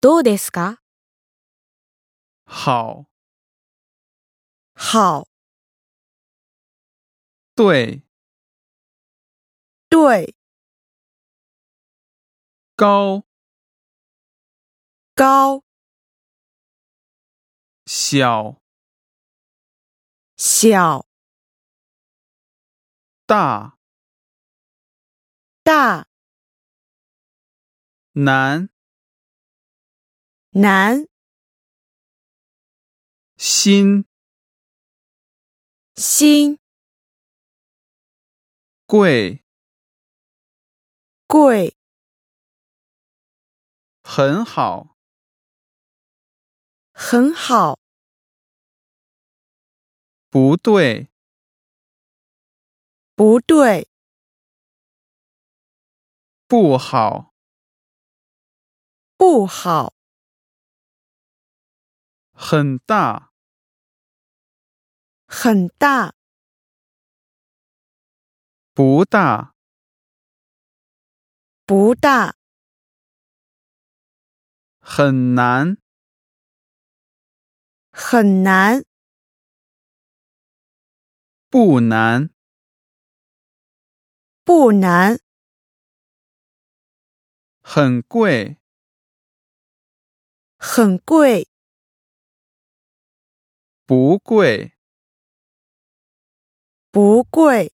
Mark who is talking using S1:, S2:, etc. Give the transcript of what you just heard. S1: どうですか
S2: 好、
S3: 好、
S2: 对、
S3: 对、
S2: 高、
S3: 高、
S2: 小、
S3: 小、
S2: 大、
S3: 大、
S2: 难、
S3: 难、
S2: 新、
S3: 新、
S2: 贵、
S3: 贵、
S2: 很好、
S3: 很好、
S2: 不对、
S3: 不对、
S2: 不好、
S3: 不好、
S2: 很大、
S3: 很大、
S2: 不大、
S3: 不大、
S2: 很难、
S3: 很难、
S2: 不难、
S3: 不难、
S2: 很贵、
S3: 很贵、
S2: 不贵。
S3: 不贵。